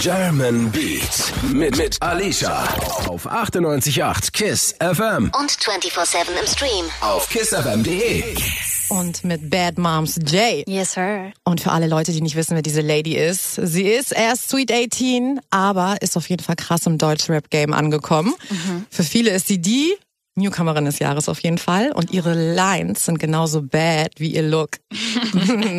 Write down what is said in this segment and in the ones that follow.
German Beats mit, mit Alicia auf 98.8 KISS FM und 24-7 im Stream. auf kissfm.de. Und mit Bad Moms J. Yes, sir. Und für alle Leute, die nicht wissen, wer diese Lady ist, sie ist erst Sweet 18, aber ist auf jeden Fall krass im Deutschrap-Game angekommen. Für viele ist sie die Newcomerin des Jahres auf jeden Fall. Und ihre Lines sind genauso bad wie ihr Look.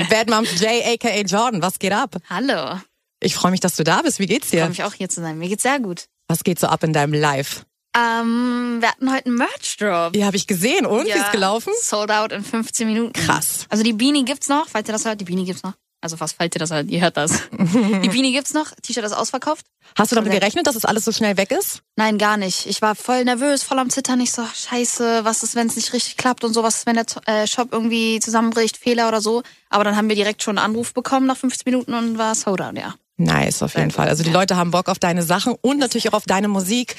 bad Moms J, aka Jordan, was geht ab? Hallo. Ich freue mich, dass du da bist. Wie geht's Freue dir? mich auch hier zu sein. Mir geht's sehr gut. Was geht so ab in deinem Live? Ähm, wir hatten heute einen Merch-Drop. Die habe ich gesehen und wie ist gelaufen? Sold out in 15 Minuten. Krass. Also die Beanie gibt's noch, falls ihr das hört. Die Beanie gibt's noch. Also fast, falls ihr das hört. Ihr hört das. die Beanie gibt's noch. T-Shirt ist ausverkauft. Hast du damit Korrekt. gerechnet, dass es alles so schnell weg ist? Nein, gar nicht. Ich war voll nervös, voll am Zittern. Ich so, scheiße, was ist, wenn es nicht richtig klappt und so, was ist, wenn der Z- äh, Shop irgendwie zusammenbricht, Fehler oder so. Aber dann haben wir direkt schon einen Anruf bekommen nach 15 Minuten und war sold out, ja. Nice, auf jeden Fall. Also die Leute haben Bock auf deine Sachen und natürlich auch auf deine Musik.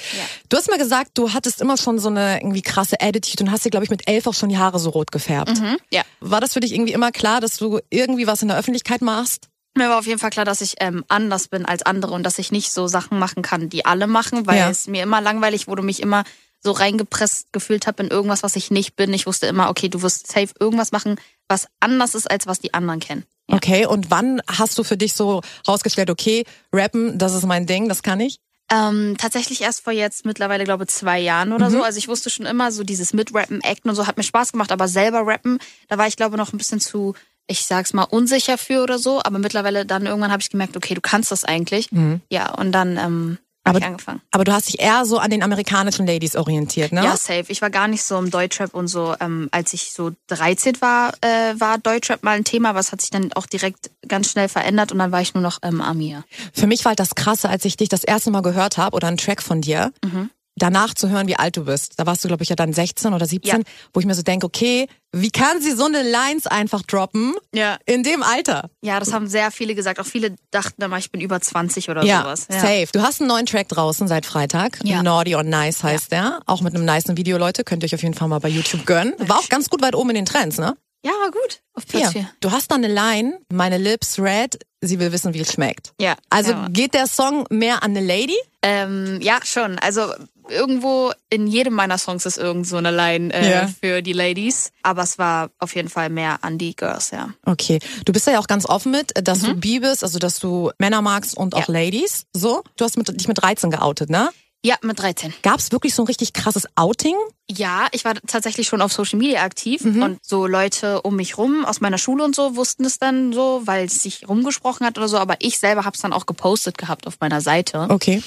Du hast mal gesagt, du hattest immer schon so eine irgendwie krasse Attitude und hast dir, glaube ich, mit elf auch schon die Haare so rot gefärbt. Hm? Ja. War das für dich irgendwie immer klar, dass du irgendwie was in der Öffentlichkeit machst? Mir war auf jeden Fall klar, dass ich ähm, anders bin als andere und dass ich nicht so Sachen machen kann, die alle machen, weil Ja. es mir immer langweilig wurde, mich immer so reingepresst gefühlt habe in irgendwas, was ich nicht bin. Ich wusste immer, okay, du wirst safe irgendwas machen, was anders ist, als was die anderen kennen. Ja. Okay, und wann hast du für dich so rausgestellt, okay, rappen, das ist mein Ding, das kann ich? Ähm, tatsächlich erst vor jetzt mittlerweile, glaube zwei Jahren oder Mhm. so. Also ich wusste schon immer, so dieses Mitrappen, Acten und so hat mir Spaß gemacht, aber selber rappen, da war ich, glaube noch ein bisschen zu, ich sag's mal, unsicher für oder so. Aber mittlerweile dann irgendwann habe ich gemerkt, okay, du kannst das eigentlich. Ja, und dann ähm, habe Mhm. Aber- ich angefangen. Aber du hast dich eher so an den amerikanischen Ladies orientiert, ne? Ja, safe. Ich war gar nicht so im Deutschrap und so, ähm, als ich so 13 war, äh, war Deutschrap mal ein Thema, aber es hat sich dann auch direkt ganz schnell verändert und dann war ich nur noch ähm, Amir. Für mich war halt das Krasse, als ich dich das erste Mal gehört habe oder einen Track von dir, Mhm. danach zu hören, wie alt du bist. Da warst du, glaube ich, ja dann 16 oder 17, Ja. wo ich mir so denke, okay, wie kann sie so eine Lines einfach droppen Ja. in dem Alter? Ja, das haben sehr viele gesagt. Auch viele dachten immer, ich bin über 20 oder sowas. safe. Du hast einen neuen Track draußen seit Freitag. Ja. Naughty or Nice heißt der. Auch mit einem nicen Video, Leute. Könnt ihr euch auf jeden Fall mal bei YouTube gönnen. War auch ganz gut weit oben in den Trends, ne? Ja, war gut. Auf Platz 4. Du hast da eine Line, meine Lips red, sie will wissen, wie es schmeckt. Ja. Also Ja. geht der Song mehr an eine Lady? Ähm, ja, schon. Also irgendwo in jedem meiner Songs ist irgend so eine Line äh, Ja. für die Ladies. Aber es war auf jeden Fall mehr an die Girls, ja. Okay, du bist da ja auch ganz offen mit, dass du bi bist, also dass du Männer magst und auch Ja. Ladies. So, du hast mit, dich mit 13 geoutet, ne? Ja, mit 13. Gab's wirklich so ein richtig krasses Outing? Ja, ich war tatsächlich schon auf Social Media aktiv und so Leute um mich rum aus meiner Schule und so wussten es dann so, weil es sich rumgesprochen hat oder so, aber ich selber hab's dann auch gepostet gehabt auf meiner Seite. Okay.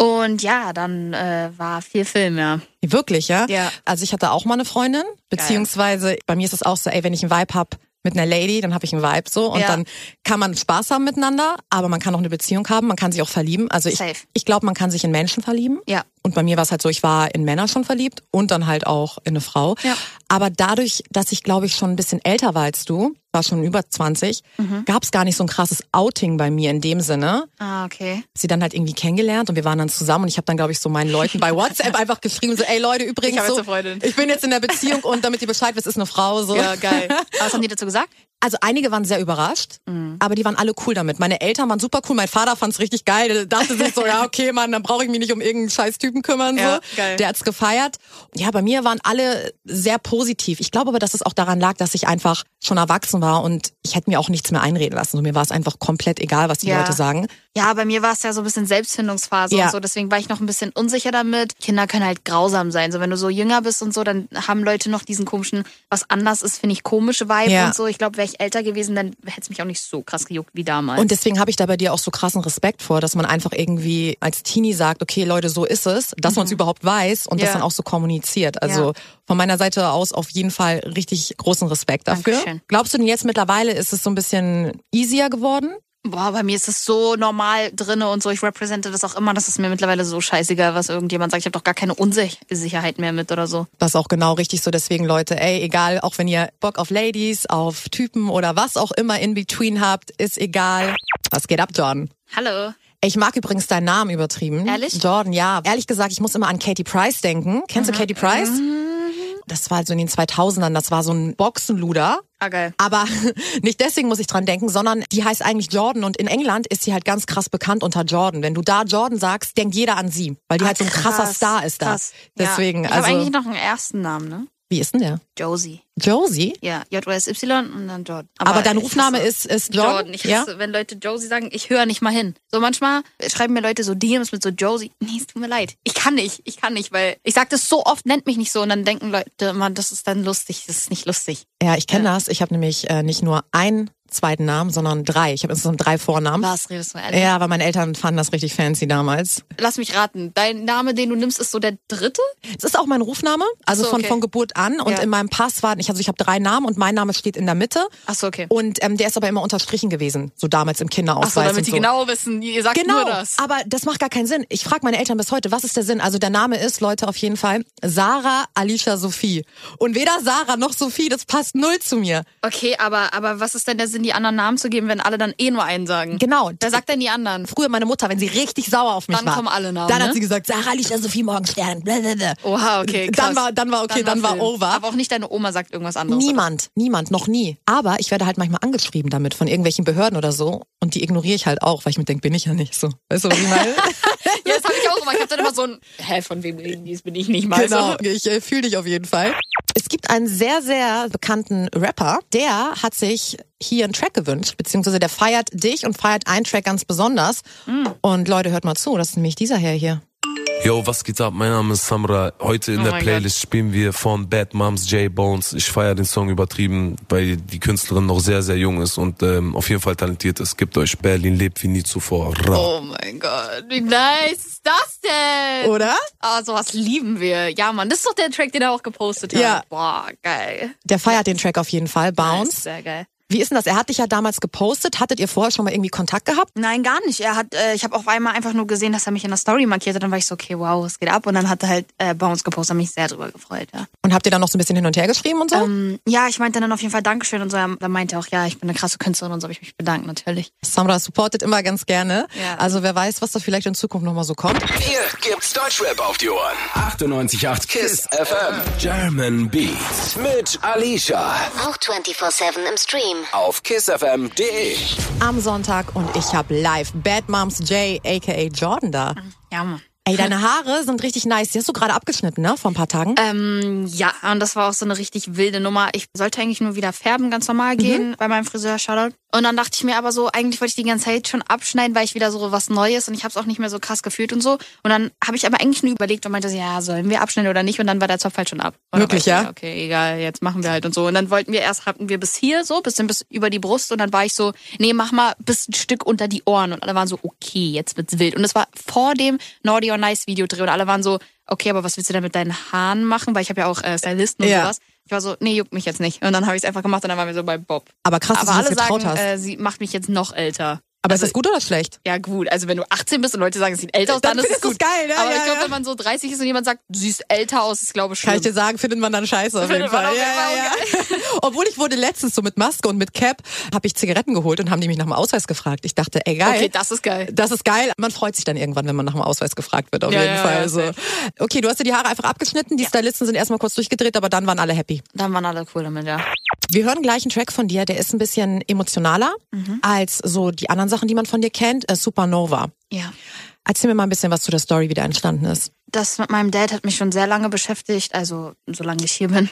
Und ja, dann äh, war viel Film, ja. Wirklich, ja? Ja. Also ich hatte auch mal eine Freundin, beziehungsweise bei mir ist es auch so, ey, wenn ich einen Vibe hab mit einer Lady, dann habe ich einen Vibe so und Ja. dann kann man Spaß haben miteinander, aber man kann auch eine Beziehung haben, man kann sich auch verlieben. Also ich, Safe. ich glaube, man kann sich in Menschen verlieben. Ja. Und bei mir war es halt so, ich war in Männer schon verliebt und dann halt auch in eine Frau. Ja. Aber dadurch, dass ich glaube ich schon ein bisschen älter war als du, war schon über 20, Mhm. gab's gar nicht so ein krasses Outing bei mir in dem Sinne Ah, okay. sie dann halt irgendwie kennengelernt und wir waren dann zusammen und ich habe dann glaube ich so meinen Leuten bei WhatsApp einfach geschrieben so ey Leute übrigens Ich hab so, jetzt eine Freundin. ich bin jetzt in der Beziehung und damit ihr Bescheid wisst ist eine Frau so Aber was haben die dazu gesagt? also einige waren sehr überrascht Mhm. aber die waren alle cool damit meine Eltern waren super cool mein Vater fand's richtig geil der dachte sich so ja okay Mann dann brauche ich mich nicht um irgendeinen scheiß Typen kümmern so Ja, geil. der hat's gefeiert ja bei mir waren alle sehr positiv ich glaube aber dass es auch daran lag dass ich einfach schon erwachsen war und ich hätte mir auch nichts mehr einreden lassen so, mir war es einfach komplett egal was die Ja. Leute sagen Ja, bei mir war es ja so ein bisschen Selbstfindungsphase Ja. und so, deswegen war ich noch ein bisschen unsicher damit. Kinder können halt grausam sein. So, wenn du so jünger bist und so, dann haben Leute noch diesen komischen, was anders ist, finde ich, komische Vibe Ja. und so. Ich glaube, wäre ich älter gewesen, dann hätte es mich auch nicht so krass gejuckt wie damals. Und deswegen habe ich da bei dir auch so krassen Respekt vor, dass man einfach irgendwie als Teenie sagt, okay Leute, so ist es, dass man es überhaupt weiß und das Mhm. Ja. dann auch so kommuniziert. Also Ja. von meiner Seite aus auf jeden Fall richtig großen Respekt dafür. Dankeschön. Glaubst du denn jetzt mittlerweile ist es so ein bisschen easier geworden? Boah, bei mir ist es so normal drinne und so. Ich represente das auch immer. Das ist mir mittlerweile so scheißegal, was irgendjemand sagt. Ich habe doch gar keine Unsicherheit mehr mit oder so. Das ist auch genau richtig so. Deswegen Leute, ey, egal, auch wenn ihr Bock auf Ladies, auf Typen oder was auch immer in between habt, ist egal. Was geht ab, Jordan? Hallo. Ich mag übrigens deinen Namen übertrieben. Ehrlich? Jordan, ja. Ehrlich gesagt, ich muss immer an Katy Price denken. Kennst du Katy Price? Das war also in den 2000ern, das war so ein Boxenluder. Ah, geil. Aber nicht deswegen muss ich dran denken, sondern die heißt eigentlich Jordan und in England ist sie halt ganz krass bekannt unter Jordan. Wenn du da Jordan sagst, denkt jeder an sie, weil die Ah, halt so ein krasser krass, Star ist da. krass. Deswegen, ja. Ich habe also eigentlich noch einen ersten Namen, ne? wie ist denn der? Josie. Josie? Ja, J-O-S-Y und dann Jordan. Aber, dein ich Rufname hasse ist ist Jordan. Jordan. Ich ja? hasse, wenn Leute Josie sagen, ich höre nicht mal hin. So manchmal schreiben mir Leute so DMs mit so Josie. Nee, es tut mir leid. Ich kann nicht. Ich kann nicht, weil ich sag das so oft, nennt mich nicht so. Und dann denken Leute immer, das ist dann lustig. Das ist nicht lustig. ja, ich kenne das. Ich habe nämlich äh, nicht nur einen zweiten Namen, sondern drei. Ich habe insgesamt drei Vornamen. Was redest du mal ehrlich? Ja, aber meine Eltern fanden das richtig fancy damals. Lass mich raten. Dein Name, den du nimmst, ist so der dritte? Es ist auch mein Rufname, also So, von, okay. von Geburt an. Und Ja. in meinem Pass war, ich, also ich habe drei Namen und mein Name steht in der Mitte. Ach so, okay. Und ähm, der ist aber immer unterstrichen gewesen, so damals im Ach so, Kinderausweis. damit und die so. genau wissen, ihr sagt Genau, nur das. aber das macht gar keinen Sinn. Ich frage meine Eltern bis heute, was ist der Sinn? Also der Name ist, Leute, auf jeden Fall Sarah Alicia Sophie. Und weder Sarah noch Sophie, das passt null zu mir. Okay, aber, aber was ist denn der Sinn, die anderen Namen zu geben, wenn alle dann eh nur einen sagen? Genau. Wer sagt denn die anderen? Früher meine Mutter, wenn sie richtig sauer auf mich Dann war, kommen alle Namen, dann hat ne? sie gesagt, Sarah Alicia Sophie Morgenstern. blablabla. Oha, okay. Krass. Dann war, dann war okay, dann war, Film. over. Aber auch nicht deine Oma sagt irgendwas anderes. Niemand, niemand, noch nie. Aber ich werde halt manchmal angeschrieben damit von irgendwelchen Behörden oder so. Und die ignoriere ich halt auch, weil ich mir denke, bin ich ja nicht so. Weißt du, was ich meine? Ja, das habe ich auch gemacht. Ich habe dann immer so ein, hä, von wem reden die? Das bin ich nicht mal. genau, So. ich äh, fühle dich auf jeden Fall. Es gibt einen sehr, sehr bekannten Rapper, der hat sich hier einen Track gewünscht, beziehungsweise der feiert dich und feiert einen Track ganz besonders. Mm. Und Leute, hört mal zu, das ist nämlich dieser Herr hier. Yo, was geht ab? Mein Name ist Samra. Heute in Oh der mein Playlist spielen wir von Bad Moms J Bones. Ich feiere den Song übertrieben, weil die Künstlerin noch sehr, sehr jung ist und ähm, auf jeden Fall talentiert ist. Gibt euch Berlin lebt wie nie zuvor. Ra. Oh mein Gott, wie nice ist das denn? Oder? Ah, sowas lieben wir. Ja, Mann, das ist doch der Track, den er auch gepostet hat. Ja. Boah, geil. Der feiert den Track auf jeden Fall, Nice, Bounce. sehr geil. Wie ist denn das? Er hat dich ja damals gepostet. Hattet ihr vorher schon mal irgendwie Kontakt gehabt? Nein, gar nicht. Er hat, äh, ich habe auf einmal einfach nur gesehen, dass er mich in der Story markiert hat. Dann war ich so, okay, wow, es geht ab. Und dann hat er halt äh, bei uns gepostet, hat mich sehr drüber gefreut, ja. Und habt ihr dann noch so ein bisschen hin und her geschrieben und so? Ähm, ja, ich meinte dann auf jeden Fall Dankeschön und so. Er dann meinte er auch, ja, ich bin eine krasse Künstlerin und so habe ich mich bedankt, natürlich. Samra supportet immer ganz gerne. Ja. Also wer weiß, was da vielleicht in Zukunft nochmal so kommt. Hier gibt's Deutschrap auf die Ohren. 98.8 KISS FM. German Beats. Mit Alicia. Auch 24-7 im Stream. Auf kissfm.de. Am Sonntag und ich hab live Bad Moms J, aka Jordan da. Ja, Mann. Ey, deine Haare sind richtig nice. Die hast du gerade abgeschnitten, ne? Vor ein paar Tagen. Ähm, ja, und das war auch so eine richtig wilde Nummer. Ich sollte eigentlich nur wieder färben, ganz normal gehen Mhm. bei meinem Friseur, Shoutout. Und dann dachte ich mir aber so, eigentlich wollte ich die ganze Zeit schon abschneiden, weil ich wieder so was Neues und ich habe es auch nicht mehr so krass gefühlt und so. Und dann habe ich aber eigentlich nur überlegt und meinte so, ja, sollen wir abschneiden oder nicht? Und dann war der Zopf halt schon ab. Und dann Wirklich, war ich so, ja? Okay, egal, jetzt machen wir halt und so. Und dann wollten wir erst, hatten wir bis hier so, bis, bis über die Brust und dann war ich so, nee, mach mal bis ein Stück unter die Ohren. Und alle waren so, okay, jetzt wird's wild. Und das war vor dem Naughty or Nice Videodreh und alle waren so, okay, aber was willst du denn mit deinen Haaren machen? Weil ich habe ja auch äh, Stylisten und Ja. sowas. Ich war so, nee, juckt mich jetzt nicht. Und dann habe ich es einfach gemacht und dann waren wir so bei Bob. aber krass, dass aber du alle das getraut sagen, hast. äh, sie macht mich jetzt noch älter. aber also, ist das gut oder schlecht? ja, gut. Also wenn du 18 bist und Leute sagen, es sieht älter aus, dann, Dann ist es findest du's geil, ne? Aber Ja, ich glaube, ja. wenn man so 30 ist und jemand sagt, du siehst älter aus, ist glaube ich schlimm. Kann ich dir sagen, findet man dann scheiße auf jeden Findet man Fall. auf jeden ja. Obwohl ich wurde letztens so mit Maske und mit Cap, habe ich Zigaretten geholt und haben die mich nach dem Ausweis gefragt. Ich dachte, ey geil. Okay, das ist geil. Das ist geil. Man freut sich dann irgendwann, wenn man nach dem Ausweis gefragt wird, auf Ja, jeden ja, Fall. ja, so. safe. Okay, du hast dir die Haare einfach abgeschnitten. Die Stylisten sind erstmal kurz durchgedreht, aber dann waren alle happy. Dann waren alle cool damit, ja. Wir hören gleich einen Track von dir, der ist ein bisschen emotionaler Mhm. als so die anderen Sachen, die man von dir kennt. Äh, Supernova. Ja. Erzähl mir mal ein bisschen, was zu der Story wieder entstanden ist. Das mit meinem Dad hat mich schon sehr lange beschäftigt, also solange ich hier bin.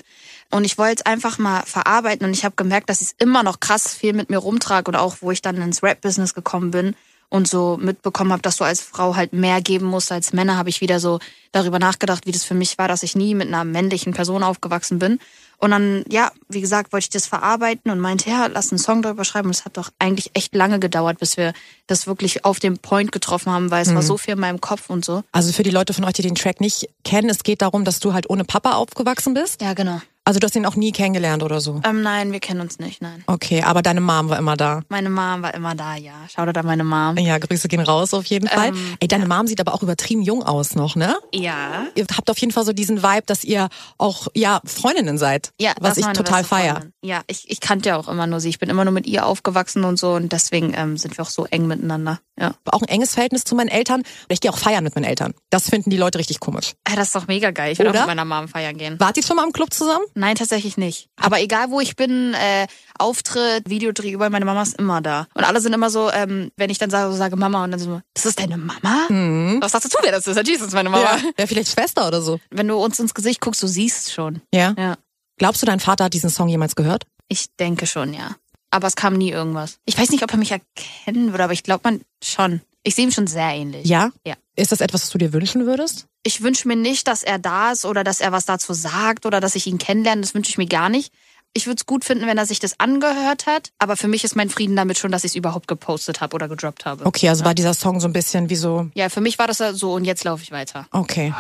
Und ich wollte es einfach mal verarbeiten und ich habe gemerkt, dass ich es immer noch krass viel mit mir rumtrage und auch, wo ich dann ins Rap-Business gekommen bin und so mitbekommen habe, dass du als Frau halt mehr geben musst als Männer, habe ich wieder so darüber nachgedacht, wie das für mich war, dass ich nie mit einer männlichen Person aufgewachsen bin. Und dann, ja, wie gesagt, wollte ich das verarbeiten und meinte, ja, lass einen Song darüber schreiben. Und es hat doch eigentlich echt lange gedauert, bis wir das wirklich auf den Point getroffen haben, weil es war so viel in meinem Kopf und so. Also für die Leute von euch, die den Track nicht kennen, es geht darum, dass du halt ohne Papa aufgewachsen bist. Ja, genau. Also du hast ihn auch nie kennengelernt oder so. Ähm, nein, wir kennen uns nicht, nein. Okay, aber deine Mom war immer da. Meine Mom war immer da, ja. Shoutout an meine Mom. Ja, Grüße gehen raus auf jeden Fall. Ähm, Ey, deine Mom sieht aber auch übertrieben jung aus noch, ne? Ja. Ihr habt auf jeden Fall so diesen Vibe, dass ihr auch ja Freundinnen seid, Ja, das was ist ich meine total beste feier. Freundin. Ja, ich, ich kannte ja auch immer nur sie. Ich bin immer nur mit ihr aufgewachsen und so und deswegen ähm, sind wir auch so eng miteinander. Ja. Auch ein enges Verhältnis zu meinen Eltern. Ich gehe auch feiern mit meinen Eltern. Das finden die Leute richtig komisch. Äh, Das ist doch mega geil. Ich will auch Oder? mit meiner Mom feiern gehen. Wart ihr schon mal im Club zusammen? Nein, tatsächlich nicht. Aber egal, wo ich bin, äh, Auftritt, Videodreh, überall, meine Mama ist immer da. Und alle sind immer so, ähm, wenn ich dann sage, sage Mama und dann so, das ist deine Mama? Mhm. Was sagst du, wer das ist? Ja, Jesus, meine Mama. Ja. ja, vielleicht Schwester oder so. Wenn du uns ins Gesicht guckst, du siehst es schon. Ja. Ja. Glaubst du, dein Vater hat diesen Song jemals gehört? Ich denke schon, ja. Aber es kam nie irgendwas. Ich weiß nicht, ob er mich erkennen würde, aber ich glaube man schon. Ich sehe ihm schon sehr ähnlich. Ja? Ja. Ist das etwas, was du dir wünschen würdest? Ich wünsche mir nicht, dass er da ist oder dass er was dazu sagt oder dass ich ihn kennenlerne. Das wünsche ich mir gar nicht. Ich würde es gut finden, wenn er sich das angehört hat. Aber für mich ist mein Frieden damit schon, dass ich es überhaupt gepostet habe oder gedroppt habe. Okay, also war dieser Song so ein bisschen wie so, Ja, für mich war das so und jetzt laufe ich weiter. okay.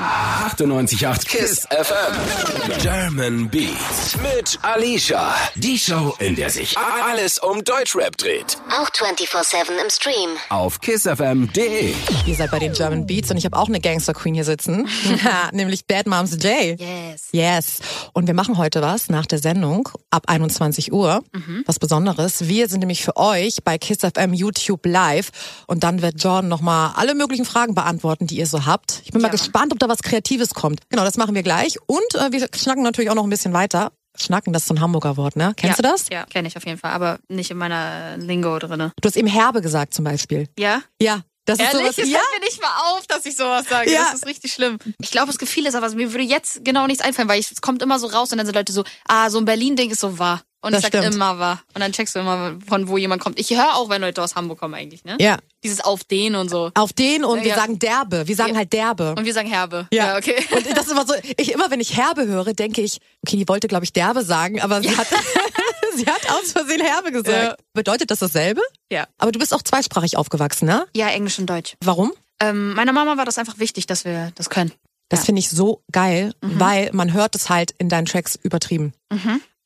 988 Kiss FM. German Beats mit Alicia. Die Show, in der sich a- alles um Deutschrap dreht. Auch 24-7 im Stream. Auf kissfm.de. Ihr seid bei den German Beats und ich habe auch eine Gangster Queen hier sitzen, Ja, nämlich Bad Moms J. Yes. Yes. Und wir machen heute was nach der Sendung ab 21 Uhr. Mhm. Was Besonderes. Wir sind nämlich für euch bei Kiss FM YouTube live und dann wird John nochmal alle möglichen Fragen beantworten, die ihr so habt. Ich bin mal Ja. gespannt, ob da was Kreatives kommt. Genau, das machen wir gleich. Und äh, wir schnacken natürlich auch noch ein bisschen weiter. Schnacken, das ist so ein Hamburger Wort, ne? Kennst ja. du das? Ja, kenne ich auf jeden Fall, aber nicht in meiner Lingo drinne. Du hast eben Herbe gesagt zum Beispiel. Ja? Ja. Das Ehrlich, ist es sowas. Ja, fällt mir nicht mal auf, dass ich sowas sage. Ja. Das ist richtig schlimm. Ich glaube, es gibt vieles, aber mir würde jetzt genau nichts einfallen, weil ich- es kommt immer so raus und dann sind Leute so, ah, so ein Berlin-Ding ist so wahr. Und Das ich sag stimmt. immer wahr. Und dann checkst du immer, von wo jemand kommt. Ich höre auch, wenn Leute aus Hamburg kommen eigentlich, ne? Ja. Dieses auf den und so. auf den und Ja, wir ja. sagen derbe. Wir sagen Ja. halt derbe. Und wir sagen Herbe. okay. Und das ist immer so, ich immer wenn ich Herbe höre, denke ich, okay, die wollte glaube ich derbe sagen, aber sie hat sie hat aus Versehen Herbe gesagt. Ja. Bedeutet das dasselbe? Ja. Aber du bist auch zweisprachig aufgewachsen, ne? Ja, Englisch und Deutsch. Warum? Ähm, meiner Mama war das einfach wichtig, dass wir das können. Das Ja. Mhm. finde ich so geil, weil man hört es halt in deinen Tracks übertrieben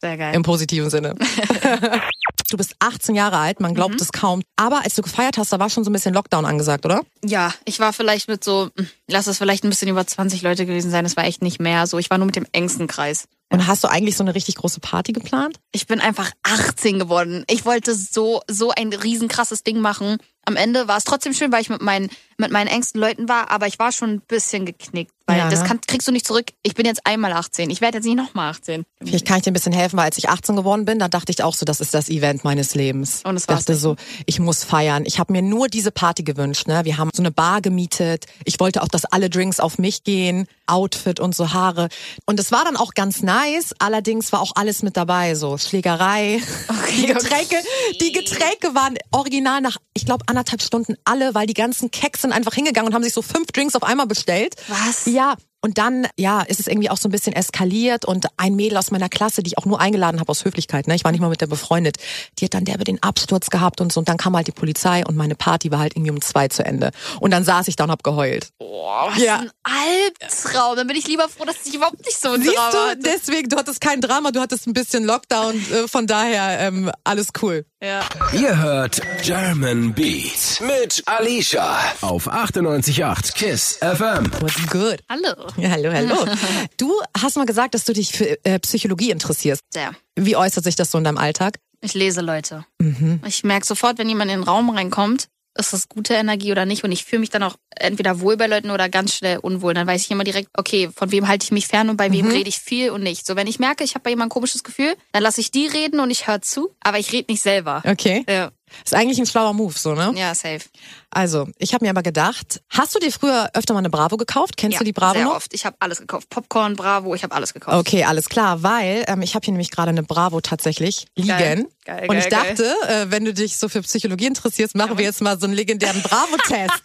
Sehr geil. im positiven Sinne. du bist 18 Jahre alt, man Mhm. glaubt es kaum, aber als du gefeiert hast, da war schon so ein bisschen Lockdown angesagt, oder? Ja, ich war vielleicht mit so, mh, lass es vielleicht ein bisschen über 20 Leute gewesen sein. Es war echt nicht mehr so. Ich war nur mit dem engsten Kreis. Und hast du eigentlich so eine richtig große Party geplant? Ich bin einfach 18 geworden. Ich wollte so, so ein riesenkrasses Ding machen. Am Ende war es trotzdem schön, weil ich mit meinen, mit meinen engsten Leuten war, aber ich war schon ein bisschen geknickt, weil Ja, das ne? kann, kriegst du nicht zurück. Ich bin jetzt einmal 18. Ich werde jetzt nicht nochmal 18. Vielleicht kann ich dir ein bisschen helfen, weil als ich 18 geworden bin, da dachte ich auch so, das ist das Event meines Lebens. Und es ich war's dachte so, ich muss feiern. Ich habe mir nur diese Party gewünscht. Ne? Wir haben so eine Bar gemietet. Ich wollte auch, dass alle Drinks auf mich gehen, Outfit und so Haare. Und es war dann auch ganz nice. Allerdings war auch alles mit dabei, so Schlägerei, die Getränke. Die Getränke waren original nach, ich glaube, anderthalb Stunden alle, weil die ganzen Keks sind einfach hingegangen und haben sich so fünf Drinks auf einmal bestellt. Was? Ja, und dann, ja, ist es irgendwie auch so ein bisschen eskaliert und ein Mädel aus meiner Klasse, die ich auch nur eingeladen habe aus Höflichkeit, ne, ich war nicht mal mit der befreundet, die hat dann derbe den Absturz gehabt und so und dann kam halt die Polizei und meine Party war halt irgendwie um zwei zu Ende. Und dann saß ich da und hab geheult. Boah, was Ja. ein Albtraum. Dann bin ich lieber froh, dass ich überhaupt nicht so ein Siehst Drama du, hatte. deswegen, du hattest kein Drama, du hattest ein bisschen Lockdown, äh, von daher ähm, alles cool. Ihr hört German Beats mit Alicia. Auf 988 Kiss FM. What's good? Hallo. Ja, hallo, hallo. Du hast mal gesagt, dass du dich für äh, Psychologie interessierst. Sehr. Wie äußert sich das so in deinem Alltag? Ich lese Leute. Mhm. Ich merke sofort, wenn jemand in den Raum reinkommt, ist das gute Energie oder nicht. Und ich fühle mich dann auch entweder wohl bei Leuten oder ganz schnell unwohl. Dann weiß ich immer direkt, okay, von wem halte ich mich fern und bei Mhm. wem rede ich viel und nicht. So, wenn ich merke, ich habe bei jemandem ein komisches Gefühl, dann lasse ich die reden und ich höre zu, aber ich rede nicht selber. Okay. Ja, Ist eigentlich ein schlauer Move, so, ne? ja safe. Also, ich habe mir aber gedacht, hast du dir früher öfter mal eine Bravo gekauft? Kennst ja, du die Bravo sehr noch? oft. Ich habe alles gekauft. Popcorn, Bravo, ich habe alles gekauft. Okay, alles klar, weil ähm, ich habe hier nämlich gerade eine Bravo tatsächlich liegen. Geil, geil, und ich geil, dachte, äh, wenn du dich so für Psychologie interessierst, machen wir jetzt mal so einen legendären Bravo-Test.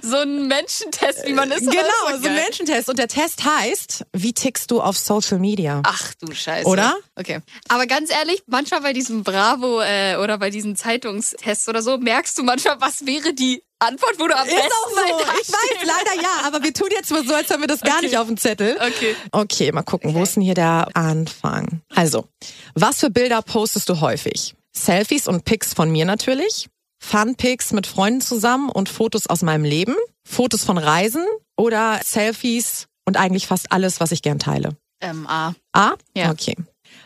So ein Menschentest, wie man ist. oder? Das genau, ist so doch ein geil. Menschentest. Und der Test heißt, wie tickst du auf Social Media? Ach du Scheiße. Oder? Okay. Aber ganz ehrlich, manchmal bei diesem Bravo äh, oder bei diesen Zeitungstests oder so, merkst du manchmal, was wäre die Antwort, wo du am Ist besten auch so. sein Ich darfst. weiß leider ja, aber wir tun jetzt mal so, als haben wir das gar nicht auf dem Zettel. Okay. Okay, mal gucken, wo ist denn hier der Anfang? Also, was für Bilder postest du häufig? Selfies und Pics von mir natürlich, Fun-Pics mit Freunden zusammen und Fotos aus meinem Leben, Fotos von Reisen oder Selfies und eigentlich fast alles, was ich gern teile. Ähm, ah. Ah, Ja. Okay.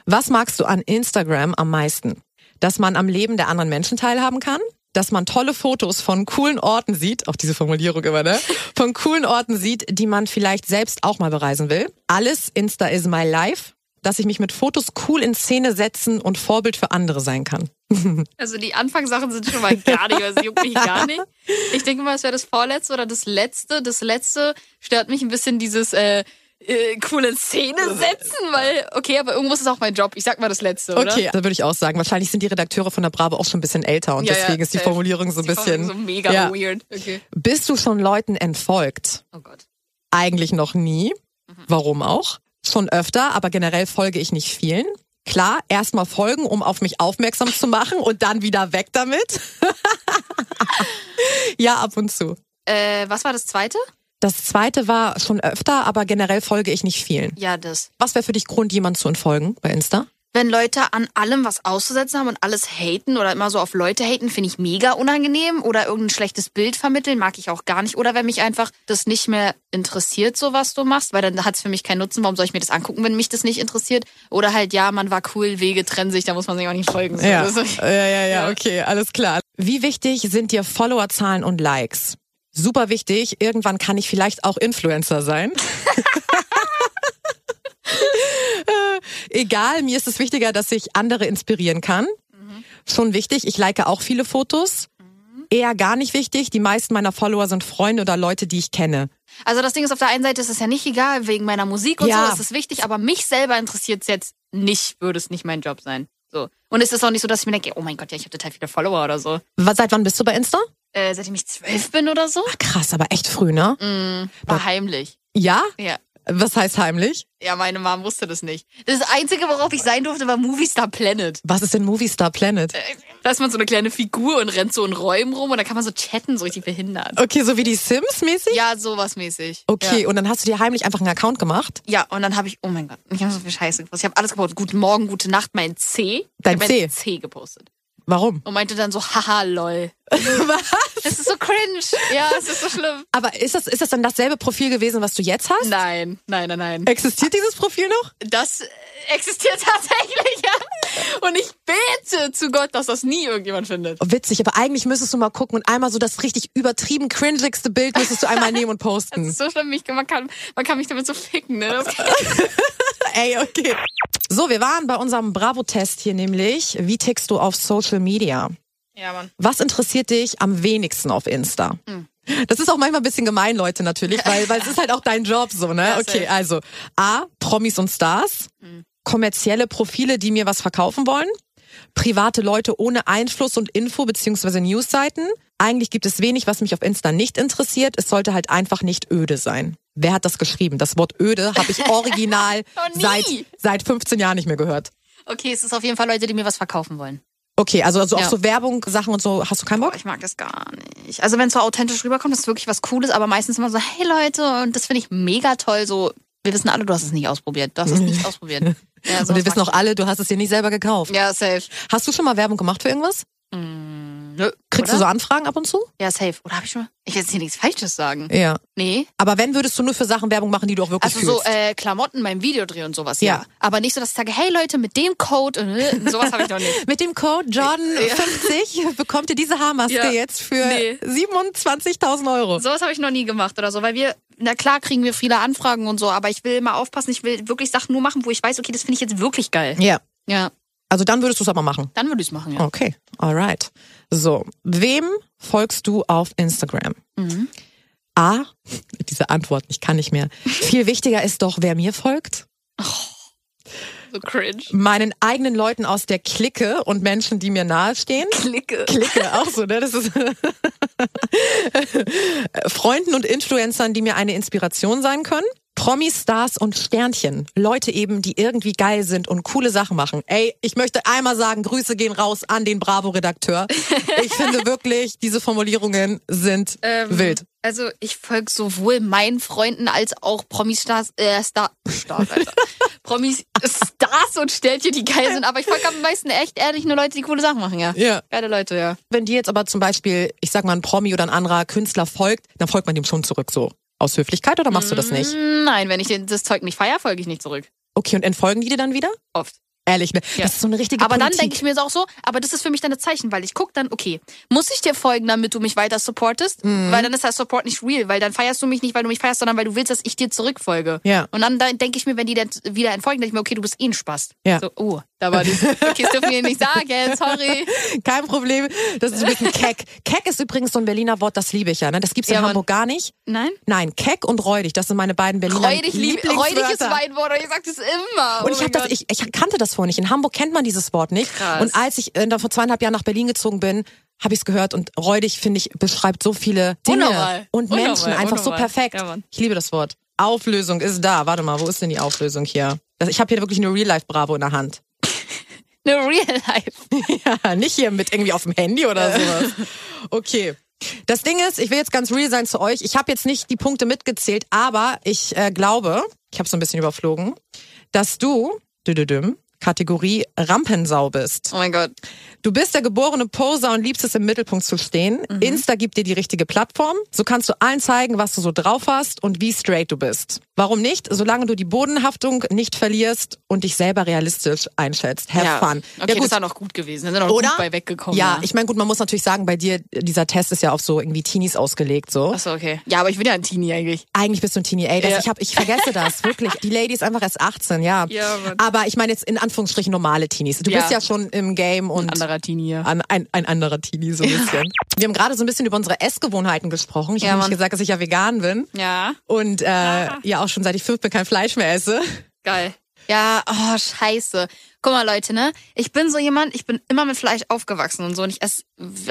Was magst du an Instagram am meisten? Dass man am Leben der anderen Menschen teilhaben kann? Dass man tolle Fotos von coolen Orten sieht, auch diese Formulierung immer, ne? Von coolen Orten sieht, die man vielleicht selbst auch mal bereisen will. Alles Insta is my life. dass ich mich mit Fotos cool in Szene setzen und Vorbild für andere sein kann. Also die Anfangssachen sind schon mal gar nicht, also juckt mich gar nicht. Ich denke mal, es wäre das Vorletzte oder das Letzte. Das Letzte stört mich ein bisschen dieses äh, äh, coole Szene setzen, weil, okay, aber irgendwo ist es auch mein Job. Ich sag mal das Letzte, oder? Okay, da würde ich auch sagen. Wahrscheinlich sind die Redakteure von der Bravo auch schon ein bisschen älter und Ja, ja, deswegen ist die safe. Formulierung so ein Die Formulierung bisschen. so mega Ja. weird. Okay. Bist du schon Leuten entfolgt? Oh Gott. Eigentlich noch nie. Warum auch? Schon öfter, aber generell folge ich nicht vielen. Klar, erstmal folgen, um auf mich aufmerksam zu machen und dann wieder weg damit. ja, ab und zu. Äh, was war das Zweite? Das zweite war schon öfter, aber generell folge ich nicht vielen. Ja, das. Was wäre für dich Grund, jemanden zu entfolgen bei Insta? Wenn Leute an allem was auszusetzen haben und alles haten oder immer so auf Leute haten, finde ich mega unangenehm. Oder irgendein schlechtes Bild vermitteln, mag ich auch gar nicht. Oder wenn mich einfach das nicht mehr interessiert, so was du machst, weil dann hat es für mich keinen Nutzen. Warum soll ich mir das angucken, wenn mich das nicht interessiert? Oder halt, ja, man war cool, Wege trennen sich, da muss man sich auch nicht folgen. So. Ja. Äh. Das ist- ja, ja, ja, Ja. okay, alles klar. Wie wichtig sind dir Followerzahlen und Likes? Super wichtig. Irgendwann kann ich vielleicht auch Influencer sein. Äh, Egal, mir ist es wichtiger, dass ich andere inspirieren kann. Schon wichtig, ich like auch viele Fotos. Eher gar nicht wichtig. Die meisten meiner Follower sind Freunde oder Leute, die ich kenne. Also das Ding ist, auf der einen Seite ist es ja nicht egal, wegen meiner Musik und Ja. so ist es wichtig, aber mich selber interessiert es jetzt nicht, würde es nicht mein Job sein. So. Und es ist auch nicht so, dass ich mir denke, oh mein Gott, ja, ich habe total viele Follower oder so. Wa- Seit wann bist du bei Insta? Äh, seitdem ich zwölf bin oder so? Krass, aber echt früh, ne? War heimlich. Ja? Ja. Was heißt heimlich? Ja, meine Mom wusste das nicht. Das Einzige, worauf ich sein durfte, war Movie Star Planet. Was ist denn Movie Star Planet? Da ist man so eine kleine Figur und rennt so in Räumen rum und da kann man so chatten, so richtig behindert. Okay, so wie die Sims mäßig? Ja, sowas mäßig. Okay, Ja. und dann hast du dir heimlich einfach einen Account gemacht? Ja, und dann habe ich, oh mein Gott, ich habe so viel Scheiße gepostet. Ich habe alles gepostet. Guten Morgen, gute Nacht, mein C. Dein ich hab C. mein C gepostet. Warum? Und meinte dann so, haha, lol. Das ist so cringe. Ja, es ist so schlimm. Aber ist das, ist das dann dasselbe Profil gewesen, was du jetzt hast? Nein, nein, nein, nein. Existiert dieses Profil noch? Das äh, existiert tatsächlich, ja. Und ich bete zu Gott, dass das nie irgendjemand findet. Oh, Witzig, aber eigentlich müsstest du mal gucken und einmal so das richtig übertrieben cringigste Bild müsstest du einmal nehmen und Das posten. ist so schlimm, mich, man, kann, man kann mich damit so ficken, ne? Das, Ey, okay. So, wir waren bei unserem Bravo-Test hier nämlich. Wie tickst du auf Social Media? ja, Mann. Was interessiert dich am wenigsten auf Insta? Hm. Das ist auch manchmal ein bisschen gemein, Leute, natürlich, weil, weil es ist halt auch dein Job so, ne? Ja, safe. Hm. okay, also A, Promis und Stars, kommerzielle Profile, die mir was verkaufen wollen, private Leute ohne Einfluss und Info beziehungsweise Newsseiten. Eigentlich gibt es wenig, was mich auf Insta nicht interessiert. Es sollte halt einfach nicht öde sein. Wer hat das geschrieben? Das Wort öde habe ich original Oh, nie. seit, seit 15 Jahren nicht mehr gehört. Okay, es ist auf jeden Fall Leute, die mir was verkaufen wollen. Okay, also, also auch Ja. so Werbung, Sachen und so, hast du keinen Bock? Boah, Oh, ich mag das gar nicht. Also wenn es so authentisch rüberkommt, ist wirklich was Cooles, aber meistens immer so, hey Leute, und das finde ich mega toll. So, wir wissen alle, du hast es nicht ausprobiert. Du hast es nicht ausprobiert. Ja, Und sowas wir wissen mag auch alle, du hast es dir nicht selber gekauft. ich. Ja, safe. Hast du schon mal Werbung gemacht für irgendwas? Nö, Kriegst du oder? so Anfragen ab und zu? Ja, safe. Oder habe ich schon mal? Ich will jetzt hier nichts Falsches sagen. Ja. Nee. Aber wenn würdest du nur für Sachen Werbung machen, die du auch wirklich Also so fühlst? äh, Klamotten beim Videodreh und sowas, Ja. ja. Aber nicht so, dass ich sage, hey Leute, mit dem Code, äh, sowas habe ich noch nicht. mit dem Code Jordan50 bekommt ihr diese Haarmaske Ja. jetzt für Nee. 27.000 Euro. Sowas habe ich noch nie gemacht oder so, weil wir, na klar kriegen wir viele Anfragen und so, aber ich will mal aufpassen, ich will wirklich Sachen nur machen, wo ich weiß, okay, das finde ich jetzt wirklich geil. Ja. Ja, Also dann würdest du es aber machen. dann würde ich es machen, ja. Okay, alright. So, wem folgst du auf Instagram? Mhm. A, diese Antwort, ich kann nicht mehr. Viel wichtiger ist doch, wer mir folgt. So cringe. Meinen eigenen Leuten aus der Clique und Menschen, die mir nahestehen. Klicke. Clique, auch so, ne? Das ist Freunden und Influencern, die mir eine Inspiration sein können. Promis, Stars und Sternchen. Leute eben, die irgendwie geil sind und coole Sachen machen. Ey, ich möchte einmal sagen, Grüße gehen raus an den Bravo-Redakteur. Ich finde wirklich, diese Formulierungen sind wild. Also ich folge sowohl meinen Freunden als auch Promi-Stars, äh, Star, Stars, Alter. Promi-Stars und Städtchen, die geil sind, aber ich folge am meisten echt ehrlich nur Leute, die coole Sachen machen, ja. Ja. Geile Leute, ja. Wenn dir jetzt aber zum Beispiel, ich sag mal, ein Promi oder ein anderer Künstler folgt, dann folgt man dem schon zurück so. Aus Höflichkeit oder machst du das nicht? Nein, wenn ich den- das Zeug nicht feier, folge ich nicht zurück. Okay, und entfolgen die dir dann wieder? Oft. ehrlich, ne? Das ist so eine richtige Aber dann Politik. denke ich mir jetzt auch so, aber das ist für mich dann ein Zeichen, weil ich gucke dann, okay, muss ich dir folgen, damit du mich weiter supportest? Mhm. Weil dann ist der Support nicht real, weil dann feierst du mich nicht, weil du mich feierst, sondern weil du willst, dass ich dir zurückfolge. Ja. Und dann denke ich mir, wenn die dann wieder entfolgen, denke ich mir, okay, du bist eh ein Spaß. Ja. So, oh, da war die. Okay, das dürfen wir nicht sagen, sorry. Kein Problem. Das ist ein bisschen keck. Keck ist übrigens so ein Berliner Wort, das liebe ich ja. Ne? Das gibt's in Ja, Mann. Hamburg gar nicht. Nein? Nein, keck und räudig. Das sind meine beiden Berliner Räudig, lieb, Lieblingswörter. räudig ist mein Wort, und ich sag das Und immer. oh ich, mein hab das, Gott. ich, ich kannte das vorher nicht. In Hamburg kennt man dieses Wort nicht. Krass. Und als ich äh, da vor zweieinhalb Jahren nach Berlin gezogen bin, habe ich es gehört und räudig, finde ich, beschreibt so viele Dinge Unnormal. und Unnormal, Menschen einfach so unnormal. perfekt. Ja, Mann. ich liebe das Wort. Auflösung ist da. Warte mal, wo ist denn die Auflösung hier? Das- Ich habe hier wirklich eine Real-Life-Bravo in der Hand. Eine Real Life. Ja, nicht hier mit irgendwie auf dem Handy oder sowas. Okay. Das Ding ist, ich will jetzt ganz real sein zu euch. Ich habe jetzt nicht die Punkte mitgezählt, aber ich äh, glaube, ich habe so ein bisschen überflogen, dass du, düdüdüm, Kategorie Rampensau bist. Oh mein Gott. Du bist der geborene Poser und liebst es im Mittelpunkt zu stehen. Mhm. Insta gibt dir die richtige Plattform. So kannst du allen zeigen, was du so drauf hast und wie straight du bist. Warum nicht? Solange du die Bodenhaftung nicht verlierst und dich selber realistisch einschätzt. Have ja. fun. Okay, das war noch gut gewesen. Da sind auch Oder? gut bei weggekommen. Ja, ich meine, gut, man muss natürlich sagen, bei dir, dieser Test ist ja auf so irgendwie Teenies ausgelegt, so. Achso, okay. Ja, aber ich bin ja ein Teenie eigentlich. Eigentlich bist du ein Teenie, ey, das, Ja. ich, hab, ich vergesse das, wirklich. Die Lady ist einfach erst 18, ja. Ja, Mann. Aber ich meine jetzt in Anführungsstrichen normale Teenies. Du Ja. bist ja schon im Game und Anderer Teenie. ja. an, ein, ein anderer Teenie so ein bisschen. Wir haben gerade so ein bisschen über unsere Essgewohnheiten gesprochen. Ich Ja, habe nämlich Mann. gesagt, dass ich ja vegan bin Ja, und äh, ja auch schon seit ich fünf bin kein Fleisch mehr esse. geil. Ja, oh, scheiße. Guck mal, Leute, ne? Ich bin so jemand, ich bin immer mit Fleisch aufgewachsen und so und ich esse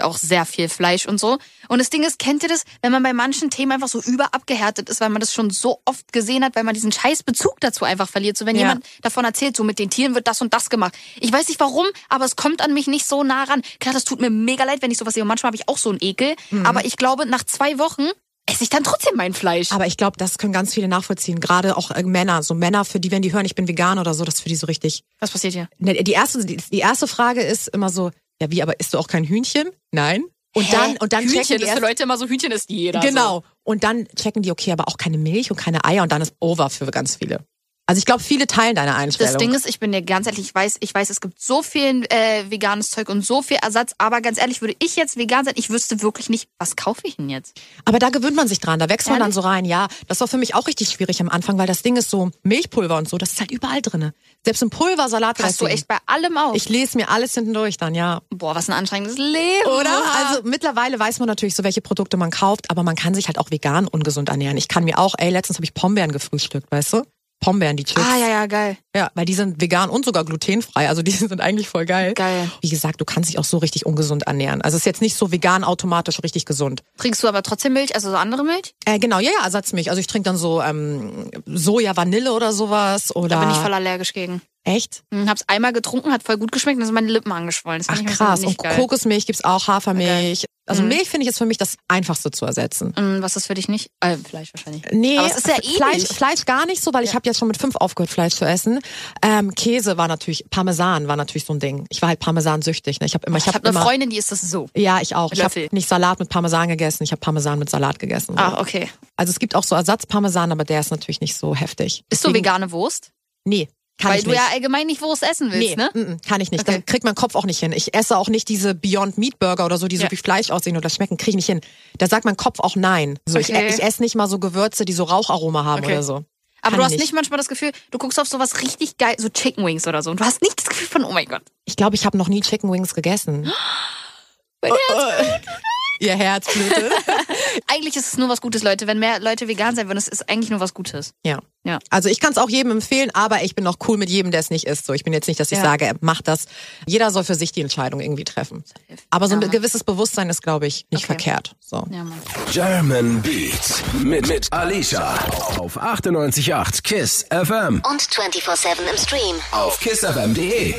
auch sehr viel Fleisch und so. Und das Ding ist, kennt ihr das, wenn man bei manchen Themen einfach so überabgehärtet ist, weil man das schon so oft gesehen hat, weil man diesen scheiß Bezug dazu einfach verliert. So, wenn Ja. jemand davon erzählt, so mit den Tieren wird das und das gemacht. Ich weiß nicht warum, aber es kommt an mich nicht so nah ran. Klar, das tut mir mega leid, wenn ich sowas sehe und manchmal habe ich auch so einen Ekel. Aber ich glaube, nach zwei Wochen esse ich dann trotzdem mein Fleisch. Aber ich glaube, das können ganz viele nachvollziehen. Gerade auch äh, Männer, so Männer, für die, wenn die hören, ich bin vegan oder so, das ist für die so richtig Was passiert hier? Ne, Die erste, die, die erste Frage ist immer so, ja wie, aber isst du auch kein Hühnchen? Nein. Und dann, und dann Hühnchen, checken die dass für erst, Leute immer so Hühnchen ist die jeder. So. genau. Und dann checken die, okay, aber auch keine Milch und keine Eier und dann ist over für ganz viele. Also ich glaube, viele teilen deine Einstellung. Das Ding ist, ich bin dir ganz ehrlich, ich weiß, ich weiß, es gibt so viel äh, veganes Zeug und so viel Ersatz, aber ganz ehrlich, würde ich jetzt vegan sein, ich wüsste wirklich nicht, was kaufe ich denn jetzt? aber da gewöhnt man sich dran, da wächst man dann Ehrlich? so rein. Ja, das war für mich auch richtig schwierig am Anfang, weil das Ding ist so Milchpulver und so, das ist halt überall drinne. Selbst im Pulversalat Hast du echt bei allem auf? Ich lese mir alles hinten durch dann, ja. Boah, was ein anstrengendes Leben. ne? Oder? Oha. Also mittlerweile weiß man natürlich so, welche Produkte man kauft, aber man kann sich halt auch vegan ungesund ernähren. Ich kann mir auch, ey, letztens habe ich Pombeeren gefrühstückt, weißt du? Pombeeren, die Chips. ah, ja, ja, geil. Ja, weil die sind vegan und sogar glutenfrei. Also die sind eigentlich voll geil. Geil. Wie gesagt, du kannst dich auch so richtig ungesund ernähren. Also es ist jetzt nicht so vegan automatisch richtig gesund. Trinkst du aber trotzdem Milch, also so andere Milch? Äh, genau, ja, ja, Ersatzmilch. Also ich trinke dann so ähm, Soja, Vanille oder sowas. Oder Da bin ich voll allergisch gegen. Echt? Hm, hab's einmal getrunken, hat voll gut geschmeckt, dann sind meine Lippen angeschwollen. Das Ach fand Mhm, ich krass. Nicht Und geil. Kokosmilch gibt's auch, Hafermilch. Also Mhm. Milch finde ich ist für mich das einfachste zu ersetzen. Hm, was ist für dich nicht? Äh, Fleisch wahrscheinlich. Nee, Aber es ist ja F- ähnlich. Fleisch, Fleisch gar nicht so, weil ich habe jetzt schon mit fünf aufgehört, Fleisch zu essen. Ähm, Käse war natürlich, Parmesan war natürlich so ein Ding. Ich war halt Parmesan-süchtig. Ne? Ich habe immer, ich Ich habe habe hab eine immer, Freundin, die ist das so. ja, ich auch. Ich habe Löffel. nicht Salat mit Parmesan gegessen, ich habe Parmesan mit Salat gegessen. So. Ah, okay. Also es gibt auch so Ersatzparmesan, aber der ist natürlich nicht so heftig. Ist so Deswegen- vegane Wurst? Nee, kann Weil ich du nicht. ja allgemein nicht Wurst essen willst, Nee, ne? mm, mm, kann ich nicht. Da Okay. kriegt mein Kopf auch nicht hin. Ich esse auch nicht diese Beyond Meat Burger oder so, die so Ja. wie Fleisch aussehen oder schmecken, kriege ich nicht hin. Da sagt mein Kopf auch nein. So, Okay. ich, ich esse nicht mal so Gewürze, die so Raucharoma haben Okay. oder so. Kann Aber du ich hast nicht manchmal das Gefühl, du guckst auf sowas richtig geil, so Chicken Wings oder so, und du hast nicht das Gefühl von, oh mein Gott. Ich glaube, ich habe noch nie Chicken Wings gegessen. Oh, Mein Herz. Ihr Herz blutet. Eigentlich ist es nur was Gutes, Leute. Wenn mehr Leute vegan sein würden, es ist eigentlich nur was Gutes. ja. Ja. Also ich kann es auch jedem empfehlen, aber ich bin auch cool mit jedem, der es nicht isst. So, ich bin jetzt nicht, dass ich Ja. sage, mach das. Jeder soll für sich die Entscheidung irgendwie treffen. Aber so ein Ja. gewisses Bewusstsein ist, glaube ich, nicht Okay. verkehrt. So. Ja, Mann. German Beat mit, mit Alicia auf 98.8 KISS FM. Und 24-7 im Stream. Auf kissfm.de.